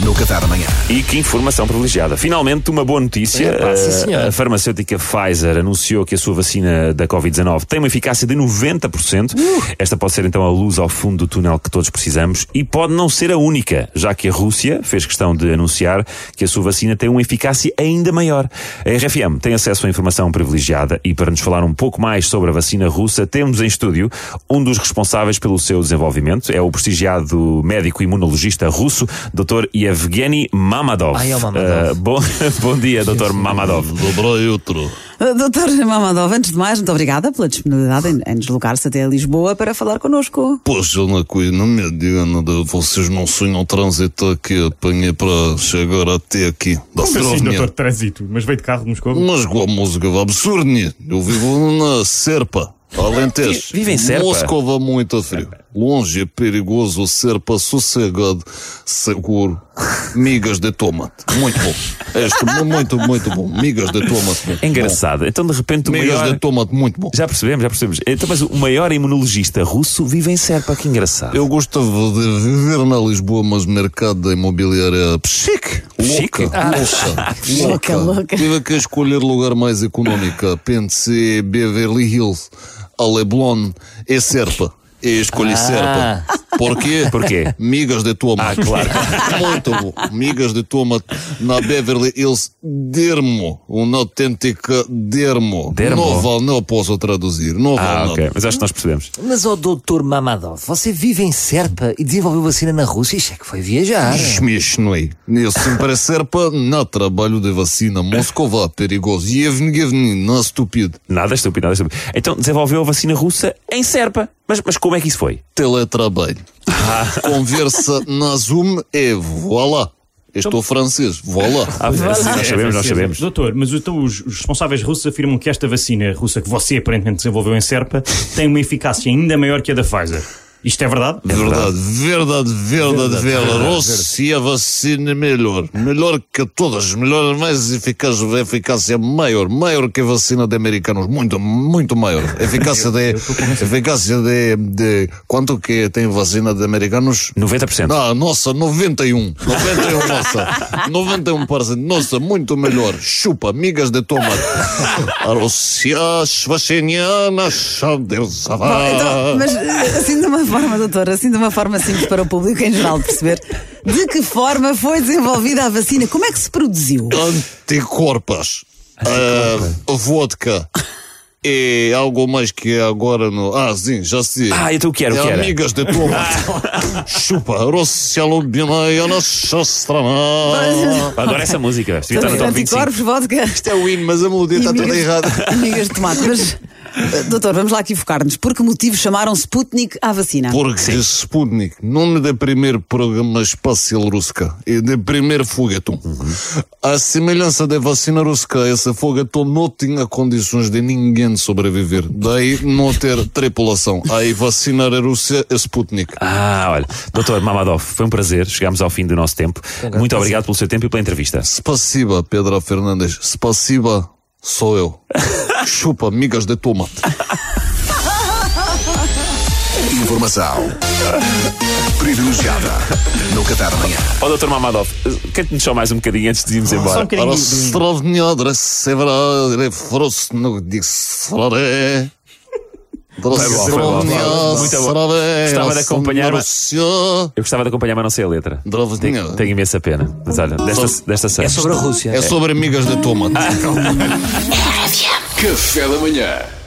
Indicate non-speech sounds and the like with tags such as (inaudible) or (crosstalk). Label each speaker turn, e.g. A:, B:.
A: no Café da Manhã.
B: E que informação privilegiada. Finalmente, uma boa notícia. eh,
C: Epá, sim, senhora.
B: a farmacêutica Pfizer anunciou que a sua vacina da Covid-19 tem uma eficácia de 90%.
C: Uh!
B: Esta pode ser então a luz ao fundo do túnel que todos precisamos e pode não ser a única, já que a Rússia fez questão de anunciar que a sua vacina tem uma eficácia ainda maior. A RFM tem acesso a informação privilegiada e para nos falar um pouco mais sobre a vacina russa, temos em estúdio um dos responsáveis pelo seu desenvolvimento. É o prestigiado médico imunologista russo, Dr. Yevgeny Mamadov.
C: Ai, é o Mamadov.
B: Eh, bom, (laughs) bom dia, Dr. Mamadov.
D: Доброе утро.
E: Eh, Doutor Mamadov, antes de mais, muito obrigada pela disponibilidade em, em deslocar-se até Lisboa para falar connosco.
D: Poxa, Ana Coelho, me diga nada. Vocês não sonham o trânsito que apanhei para chegar até aqui. Da
F: Como assim,
D: Srovnia.
F: doutor de trânsito? Mas veio de carro de Moscou?
D: Mas com a música vai absurda. Eu vivo na Serpa. Alentejo.
B: Vi- vive em Serpa?
D: Moscou vai muito a frio. Longe é perigoso, Serpa sossegado, seguro. Migas de tomate. Muito bom. Este, muito, muito bom. Migas de tomate. muito
B: É engraçado. Então, de repente,
D: bom.
B: o
D: Migas
B: maior.
D: de tomate, muito bom.
B: Já percebemos, já percebemos. Então, mas o maior imunologista russo vive em Serpa. Que engraçado.
D: Eu gostava de viver na Lisboa, mas mercado da imobiliária é chique,
B: Chique? Ah.
D: louca, louca, louca,
E: louca.
D: Tive que escolher lugar mais econômico, pensei Beverly Hills, a Leblon e Serpa. E escolhi Serpa. Porquê?
B: Ah. Porquê?
D: Migas de tomate.
B: Ah, claro.
D: Muito bom. Migas de tomate na Beverly Hills. Dermo. Uma autêntica dermo.
B: Dermo?
D: Não vale, não posso traduzir. Não vale
B: Ah,
D: nada.
B: ok. Mas acho que nós percebemos.
C: Mas, ó doutor Mamadov, você vive em Serpa e desenvolveu vacina na Rússia? Isso é que foi viajar.
D: Смешной. Если пресерпа на trabalho de vacina Moscova perigoso. Евгений наступит.
B: Nada estúpido, nada estúpido. Então, desenvolveu a vacina russa em Serpa. Mas, mas como é que isso foi?
D: (laughs) Телетрабаль. Conversa na Zoom e voilà. Estou francês. Voilà.
B: Ah,
F: É,
B: nós sabemos, nós sabemos.
F: Doutor, mas então os os responsáveis russos afirmam que esta vacina russa que você aparentemente desenvolveu em Serpa tem uma eficácia ainda maior que a da Pfizer. Isto é verdade?
D: Verdade, verdade, verdade, verdade. Rússia vacina é melhor. Melhor que todas. Melhor, mais eficaz. Eficácia é maior. Maior que a vacina de americanos. Muito, muito (laughs) maior. Eficácia de. Eficácia de. de quanto que tem vacina de americanos?
B: 90%.
D: Ah, nossa, 91. 91, nossa. 91%. Nossa, muito melhor. Chupa, migas de tomate.
B: (laughs)
D: A Rússia, Svacheniana, Ah.
E: Bom,
D: Shaderzava.
E: então, mas eh, assim de uma forma, doutor, assim de uma forma simples para o público em geral perceber de que forma foi desenvolvida a vacina, como é que se produziu?
D: Anticorpas. Ah, vodka. E algo mais que agora não. Ah, sim, já sei.
B: Ah, então o que era, o que
D: É
B: era?
D: Amigas de
B: (laughs)
D: tomate. Chupa, Rússia, Lubina, nossa strana.
B: Agora essa música. Devia estar no top 25.
E: Anticorpos, vodka.
D: Isto é o hino, mas a melodia está toda errada.
E: Amigas de tomate, mas. eh, Doutor, vamos lá aqui focar-nos. Por que motivo chamaram Sputnik à vacina?
D: Porque Sputnik, nome do primeiro programa espacial russo e de primeiro foguetão. A semelhança da vacina russa, esse foguetão não tinha condições de ninguém sobreviver. Daí não ter tripulação. Aí vacina da Rússia é Sputnik.
B: Ah, olha. Doutor Mamadov, foi um prazer. Chegámos ao fim do nosso tempo. Muito obrigado pelo seu tempo e pela entrevista.
D: Спасибо, Pedro Fernandes. Спасибо, sou eu. Chupa migas de tomate.
A: Informação privilegiada no Café da Manhã.
B: Ó, Dr. Mamadov, cante-nos só mais um bocadinho antes de irmos
F: Só um
B: embora.
F: bocadinho do-
D: Сравня севера рефросну дисфраре.
B: bom, (laughs) foi bom, foi bom. Muito bom. Gostava de acompanhar, mas- Eu gostava de acompanhar, mas não sei a letra.
D: Drovinha.
B: Tenho, tenho imensa pena. Mas olha, desta, desta
C: É
B: série.
C: sobre a Rússia.
B: (laughs)
D: É sobre amigas de tomate.
G: Café da manhã.